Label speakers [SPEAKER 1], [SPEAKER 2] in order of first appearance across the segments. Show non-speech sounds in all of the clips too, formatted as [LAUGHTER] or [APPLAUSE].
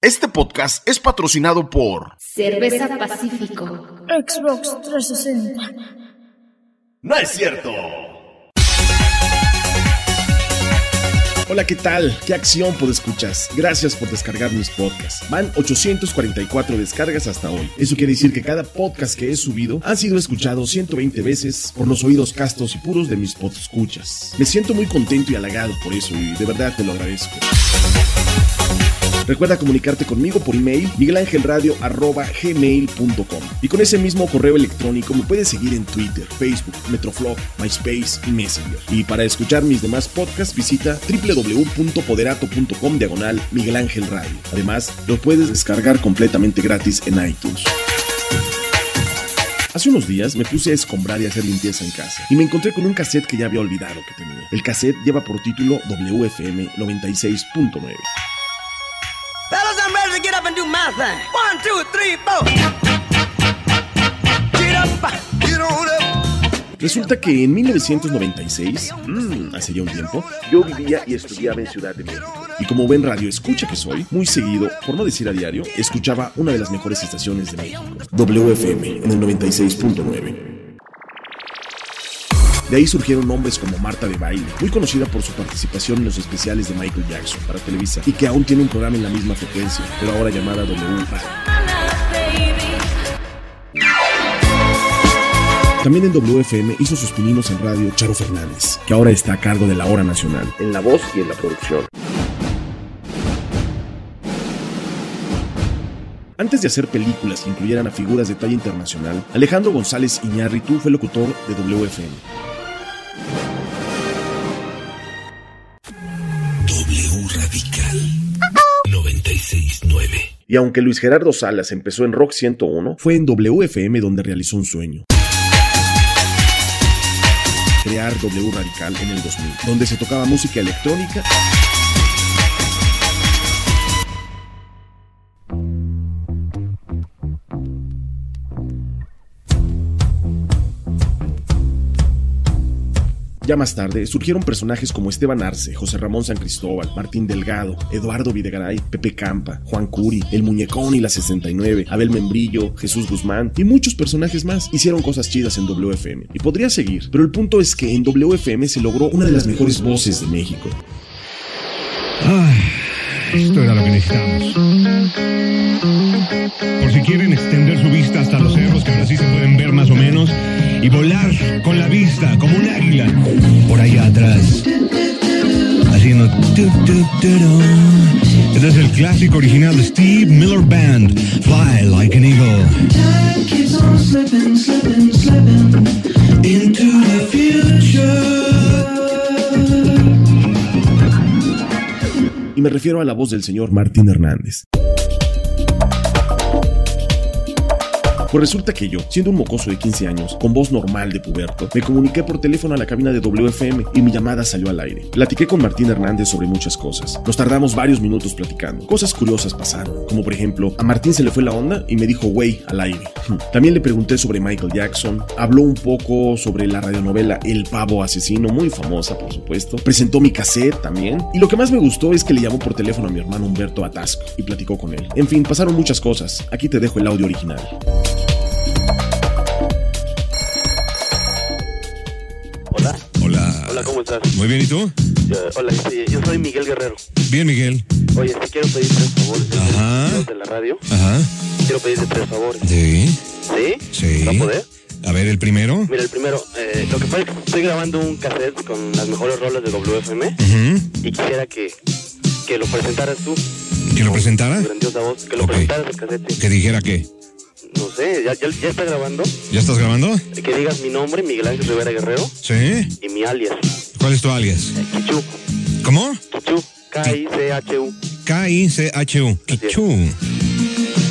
[SPEAKER 1] Este podcast es patrocinado por
[SPEAKER 2] Cerveza Pacífico.
[SPEAKER 3] Xbox 360.
[SPEAKER 1] No es cierto.
[SPEAKER 4] Hola, ¿qué tal? ¿Qué acción escuchas? Gracias por descargar mis podcasts. Van 844 descargas hasta hoy. Eso quiere decir que cada podcast que he subido ha sido escuchado 120 veces por los oídos castos y puros de mis podescuchas. Me siento muy contento y halagado por eso y de verdad te lo agradezco. Recuerda comunicarte conmigo por email miguelangelradio.gmail.com Y con ese mismo correo electrónico me puedes seguir en Twitter, Facebook, Metroflog, MySpace y Messenger. Y para escuchar mis demás podcasts visita www.poderato.com diagonal Miguel Ángel Radio. Además, lo puedes descargar completamente gratis en iTunes. Hace unos días me puse a escombrar y a hacer limpieza en casa y me encontré con un cassette que ya había olvidado que tenía. El cassette lleva por título WFM 96.9.
[SPEAKER 5] Fellas, I'm ready to get up and do my thing. One, two, three, four. Get up, get on up.
[SPEAKER 4] Resulta que en 1996, mm, hace ya un tiempo, yo vivía y estudiaba en Ciudad de México. Y como buen radio escucha que soy, muy seguido, por no decir a diario, escuchaba una de las mejores estaciones de México, WFM, en el 96.9. De ahí surgieron nombres como Marta de Baile, muy conocida por su participación en los especiales de Michael Jackson para Televisa y que aún tiene un programa en la misma frecuencia, pero ahora llamada WFM. También en WFM hizo sus pininos en radio Charo Fernández, que ahora está a cargo de la hora nacional. En la voz y en la producción. Antes de hacer películas que incluyeran a figuras de talla internacional, Alejandro González Iñárritu fue locutor de WFM.
[SPEAKER 6] W Radical 969.
[SPEAKER 4] Y aunque Luis Gerardo Salas empezó en Rock 101, fue en WFM donde realizó un sueño. Crear W Radical en el 2000, donde se tocaba música electrónica Ya más tarde surgieron personajes como Esteban Arce, José Ramón San Cristóbal, Martín Delgado, Eduardo Videgaray, Pepe Campa, Juan Curi, El Muñecón y la 69, Abel Membrillo, Jesús Guzmán y muchos personajes más hicieron cosas chidas en WFM. Y podría seguir, pero el punto es que en WFM se logró una de las mejores voces de México.
[SPEAKER 7] Esto era lo que necesitamos. Por si quieren extender su vista hasta los cerros, que ahora sí se pueden ver más o menos, y volar con la vista como un águila. Por allá atrás. Haciendo... tu, tu, turú. Este es el clásico original de Steve Miller Band, Fly Like an Eagle.
[SPEAKER 8] Time keeps on slipping, slipping, slipping into the future.
[SPEAKER 4] Y me refiero a la voz del señor Martín Hernández. Pues resulta que yo, siendo un mocoso de 15 años, con voz normal de puberto, me comuniqué por teléfono a la cabina de WFM y mi llamada salió al aire. Platiqué con Martín Hernández sobre muchas cosas. Nos tardamos varios minutos platicando. Cosas curiosas pasaron, como por ejemplo, a Martín se le fue la onda y me dijo, güey, al aire. [LAUGHS] También le pregunté sobre Michael Jackson, habló un poco sobre la radionovela El Pavo Asesino, muy famosa por supuesto, presentó mi cassette también, y lo que más me gustó es que le llamó por teléfono a mi hermano Humberto Atasco y platicó con él. En fin, pasaron muchas cosas, aquí te dejo el audio original.
[SPEAKER 9] Hola.
[SPEAKER 7] Hola.
[SPEAKER 9] Hola, ¿cómo estás?
[SPEAKER 7] Muy bien, ¿y tú?
[SPEAKER 9] Yo- hola, sí, yo soy Miguel Guerrero.
[SPEAKER 7] Bien, Miguel.
[SPEAKER 9] Oye, sí quiero pedirte tres favores.
[SPEAKER 7] Ajá.
[SPEAKER 9] Los De la radio.
[SPEAKER 7] Ajá.
[SPEAKER 9] Quiero pedirte tres favores.
[SPEAKER 7] Sí.
[SPEAKER 9] ¿Sí?
[SPEAKER 7] Sí.
[SPEAKER 9] ¿Va a poder?
[SPEAKER 7] A ver, el primero.
[SPEAKER 9] Mira, el primero, eh, lo que pasa es que estoy grabando un cassette con las mejores rolas de WFM
[SPEAKER 7] Ujú.
[SPEAKER 9] y quisiera que, que lo presentaras tú.
[SPEAKER 7] ¿Que lo presentara?
[SPEAKER 9] Tu grandiosa voz, que lo
[SPEAKER 7] Eh. Ok.
[SPEAKER 9] presentaras el cassette.
[SPEAKER 7] Que dijera qué.
[SPEAKER 9] No sé, ya, ya, ya está grabando.
[SPEAKER 7] ¿Ya estás grabando?
[SPEAKER 9] Que digas mi nombre, Miguel Ángel Rivera Guerrero,
[SPEAKER 7] Sí.
[SPEAKER 9] y mi alias,
[SPEAKER 7] ¿Cuál es tu alias?
[SPEAKER 9] eh, Kichu.
[SPEAKER 7] ¿Cómo?
[SPEAKER 9] Kichu, K-I-C-H-U.
[SPEAKER 7] K-I-C-H-U. Kichu.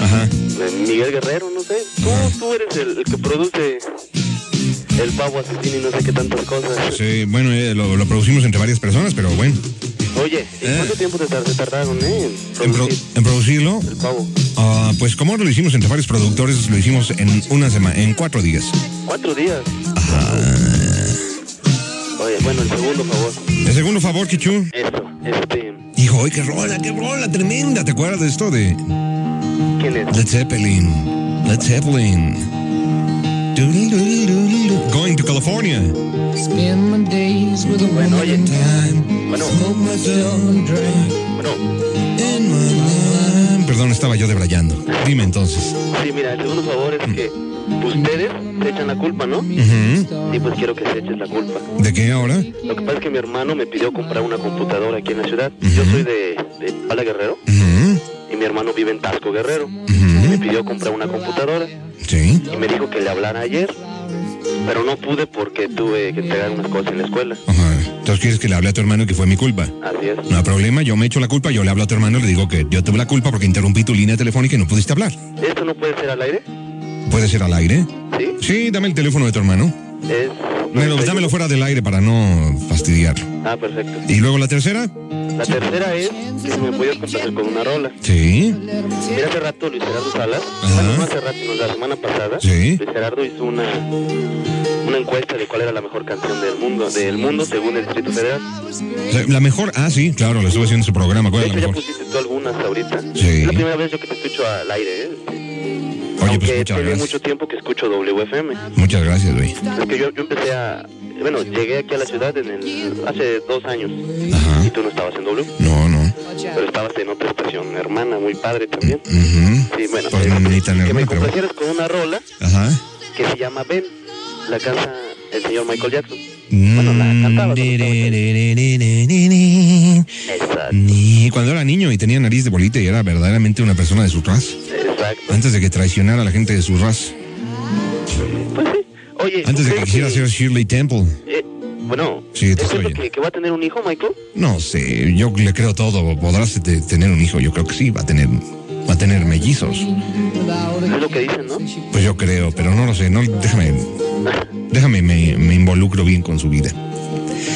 [SPEAKER 7] Ajá.
[SPEAKER 9] Eh, Miguel Guerrero, no sé. Tú, tú eres el, el que produce el pavo asesino y no sé qué tantas cosas.
[SPEAKER 7] Sí, bueno, eh, lo, lo producimos entre varias personas, pero bueno.
[SPEAKER 9] Oye, ¿y
[SPEAKER 7] Eh.
[SPEAKER 9] cuánto tiempo te tar- se tardaron eh, en
[SPEAKER 7] En, pro-
[SPEAKER 9] producir
[SPEAKER 7] en producirlo,
[SPEAKER 9] el pavo?
[SPEAKER 7] ah, pues como lo hicimos entre varios productores, lo hicimos en una semana, en cuatro días.
[SPEAKER 9] Cuatro días.
[SPEAKER 7] Ah.
[SPEAKER 9] Oye, bueno, el segundo favor.
[SPEAKER 7] El segundo favor, Kichu.
[SPEAKER 9] Esto. Este,
[SPEAKER 7] Hijo, ay, qué rola, qué rola tremenda. ¿Te acuerdas de esto de
[SPEAKER 9] ¿quién es?
[SPEAKER 7] Led Zeppelin? Led Zeppelin. Doodle-doodle-doodle-doo. Going to California.
[SPEAKER 9] Bueno, oye. Bueno, bueno.
[SPEAKER 7] Ah, Perdón, estaba yo debrayando. Dime entonces.
[SPEAKER 9] Sí, mira, el segundo favor es que ustedes se echan la culpa, ¿no?
[SPEAKER 7] Ujú.
[SPEAKER 9] Sí, pues quiero que se echen la culpa.
[SPEAKER 7] ¿De qué ahora?
[SPEAKER 9] Lo que pasa es que mi hermano me pidió comprar una computadora aquí en la ciudad. Yo soy de, de Pala Guerrero
[SPEAKER 7] Ujú,
[SPEAKER 9] y mi hermano vive en Tasco Guerrero.
[SPEAKER 7] ujú.
[SPEAKER 9] Me pidió comprar una computadora
[SPEAKER 7] Sí.
[SPEAKER 9] y me dijo que le hablara ayer, pero no pude porque tuve que entregar unas cosas en la escuela.
[SPEAKER 7] Ajá. Entonces quieres que le hable a tu hermano que fue mi culpa.
[SPEAKER 9] Así es.
[SPEAKER 7] No hay problema, yo me echo la culpa, yo le hablo a tu hermano y le digo que yo tuve la culpa porque interrumpí tu línea telefónica y no pudiste hablar.
[SPEAKER 9] ¿Esto no puede ser al aire?
[SPEAKER 7] ¿Puede ser al aire?
[SPEAKER 9] ¿Sí?
[SPEAKER 7] Sí, dame el teléfono de tu hermano.
[SPEAKER 9] Es...
[SPEAKER 7] Pero pues dámelo fuera del aire para no fastidiar.
[SPEAKER 9] Ah, perfecto.
[SPEAKER 7] ¿Y luego la tercera?
[SPEAKER 9] La tercera es que si me podías complacer con una rola.
[SPEAKER 7] Sí.
[SPEAKER 9] Mira, hace rato Luis Gerardo Salas,
[SPEAKER 7] Ajá.
[SPEAKER 9] bueno, no hace rato, sino la semana pasada,
[SPEAKER 7] Sí.
[SPEAKER 9] Luis Gerardo hizo una, una encuesta de cuál era la mejor canción del mundo, del mundo según el Distrito Federal.
[SPEAKER 7] La mejor. Ah, sí, claro, la estuve haciendo en su programa. ¿Cuál
[SPEAKER 9] De
[SPEAKER 7] es la
[SPEAKER 9] hecho, ya
[SPEAKER 7] mejor?
[SPEAKER 9] pusiste tú algunas ahorita.
[SPEAKER 7] Sí.
[SPEAKER 9] Es la primera vez yo que te escucho al aire, ¿eh?
[SPEAKER 7] Oye, pues
[SPEAKER 9] Aunque
[SPEAKER 7] muchas
[SPEAKER 9] tiene
[SPEAKER 7] gracias.
[SPEAKER 9] mucho tiempo que escucho WFM.
[SPEAKER 7] Muchas gracias, güey.
[SPEAKER 9] Es que yo, yo empecé a... Bueno, llegué aquí a la ciudad en el, hace dos años y
[SPEAKER 7] Ajá.
[SPEAKER 9] tú no estabas en W,
[SPEAKER 7] No, no.
[SPEAKER 9] pero estabas en otra estación hermana, muy padre también.
[SPEAKER 7] Ujú.
[SPEAKER 9] Sí, bueno,
[SPEAKER 7] Mm,
[SPEAKER 9] eh,
[SPEAKER 7] Pues no, ni tan
[SPEAKER 9] que me
[SPEAKER 7] hermana, pero-
[SPEAKER 9] complacieras con una rola
[SPEAKER 7] Ajá.
[SPEAKER 9] que se llama Ben. La canta el señor Michael Jackson. Bueno, la
[SPEAKER 7] Mm,
[SPEAKER 9] cantaba. cuando
[SPEAKER 7] Ni
[SPEAKER 9] estaba-
[SPEAKER 7] cuando era niño y tenía nariz de bolita y era verdaderamente una persona de su raza.
[SPEAKER 9] Exacto. Exacto.
[SPEAKER 7] Antes de que traicionara a la gente de su raza.
[SPEAKER 9] Pues sí. Oye, ¿tú
[SPEAKER 7] Antes de que
[SPEAKER 9] crees
[SPEAKER 7] quisiera ser Shirley Temple.
[SPEAKER 9] eh, bueno,
[SPEAKER 7] Sí, te
[SPEAKER 9] ¿es
[SPEAKER 7] estoy
[SPEAKER 9] cierto
[SPEAKER 7] oyendo.
[SPEAKER 9] que, que va a tener un hijo, Michael?
[SPEAKER 7] No sé, yo le creo todo. Podrás te- tener un hijo, yo creo que sí, va a tener, va a tener mellizos.
[SPEAKER 9] Es lo que dicen, ¿no?
[SPEAKER 7] Pues yo creo, pero no lo sé, no, déjame, déjame, me, me involucro bien con su vida.
[SPEAKER 9] [LAUGHS]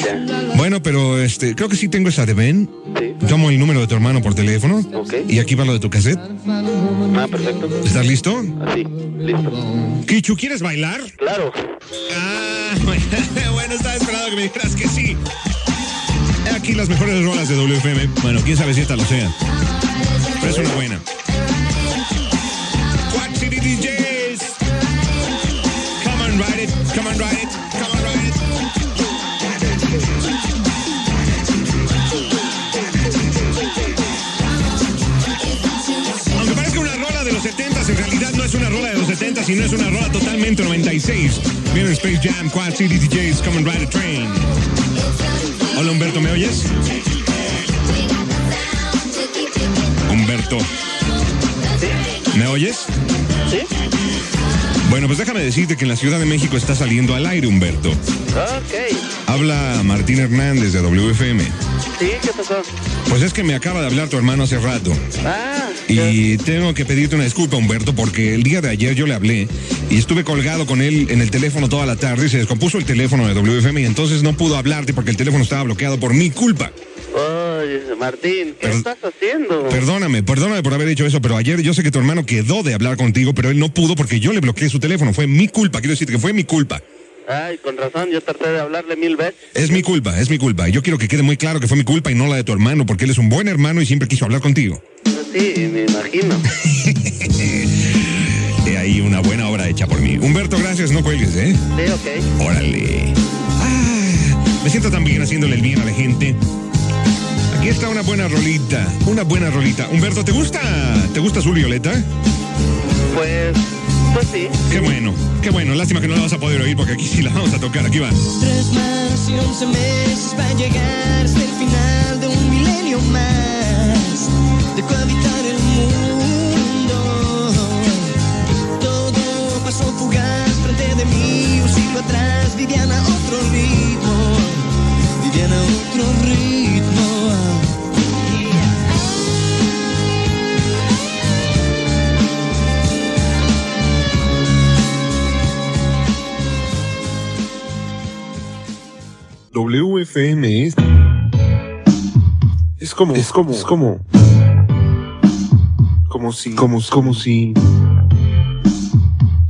[SPEAKER 9] Ya.
[SPEAKER 7] Bueno, pero este, creo que sí tengo esa de Ben.
[SPEAKER 9] Sí.
[SPEAKER 7] Tomo el número de tu hermano por teléfono.
[SPEAKER 9] Ok.
[SPEAKER 7] Y aquí va lo de tu cassette.
[SPEAKER 9] Ah, perfecto.
[SPEAKER 7] ¿Estás listo?
[SPEAKER 9] Así, listo.
[SPEAKER 7] Kichu, ¿quieres bailar?
[SPEAKER 9] Claro.
[SPEAKER 7] Ah, [LAUGHS] bueno, estaba esperando que me dijeras que sí. He Aquí las mejores rolas de WFM. Bueno, quién sabe si esta lo sea. Pero es una buena. Quad City DJs. Come and ride it, come and ride it, come and ride it. Aunque parezca una rola de los 70s, en realidad no es una rola de los 70s, sino es una rola totalmente 96. Viene Space Jam, Quad City DJs, Come and Ride a Train. Hola Humberto, ¿me oyes? Humberto. ¿Me oyes?
[SPEAKER 9] ¿Sí?
[SPEAKER 7] Bueno, pues déjame decirte que en la Ciudad de México está saliendo al aire, Humberto.
[SPEAKER 9] Ok.
[SPEAKER 7] Habla Martín Hernández de WFM.
[SPEAKER 9] Sí, ¿qué pasó?
[SPEAKER 7] Pues es que me acaba de hablar tu hermano hace rato.
[SPEAKER 9] Ah,
[SPEAKER 7] Y tengo que pedirte una disculpa, Humberto, porque el día de ayer yo le hablé y estuve colgado con él en el teléfono toda la tarde y se descompuso el teléfono de WFM y entonces no pudo hablarte porque el teléfono estaba bloqueado por mi culpa.
[SPEAKER 9] Oye, Martín, ¿qué
[SPEAKER 7] Per-
[SPEAKER 9] estás haciendo?
[SPEAKER 7] Perdóname, perdóname por haber hecho eso, pero ayer yo sé que tu hermano quedó de hablar contigo, pero él no pudo porque yo le bloqueé su teléfono. Fue mi culpa, quiero decirte que fue mi culpa.
[SPEAKER 9] Ay, con razón, yo traté de hablarle mil veces.
[SPEAKER 7] Es mi culpa, es mi culpa. Yo quiero que quede muy claro que fue mi culpa y no la de tu hermano, porque él es un buen hermano y siempre quiso hablar contigo.
[SPEAKER 9] Sí, me imagino.
[SPEAKER 7] De ahí una buena obra hecha por mí. Humberto, gracias, no cuelgues, ¿eh?
[SPEAKER 9] Sí, ok.
[SPEAKER 7] Órale. Ah, me siento tan bien haciéndole el bien a la gente. Aquí está una buena rolita, una buena rolita. Humberto, ¿te gusta? ¿Te gusta Azul Violeta?
[SPEAKER 9] Pues, pues sí.
[SPEAKER 7] Qué bueno, qué bueno. Lástima que no la vas a poder oír porque aquí sí la vamos a tocar. Aquí va.
[SPEAKER 10] Tres más y once meses para llegar hasta el final de un milenio más de cohabitar el mundo. Todo pasó fugaz frente de mí, un siglo atrás, Viviana otro ritmo, Viviana otro ritmo.
[SPEAKER 7] WFM es. Es como. Es como. Es como. Como si. Como, como si.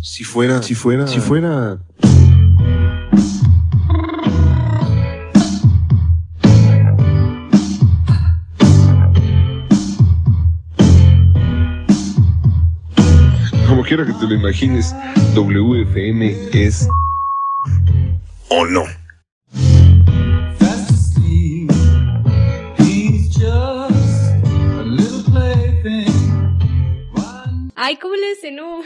[SPEAKER 7] Si fuera. Si fuera. Si fuera. como quiera que te lo imagines, WFM es... ¿O oh, no?
[SPEAKER 10] Ay, ¿cómo le hacen? No.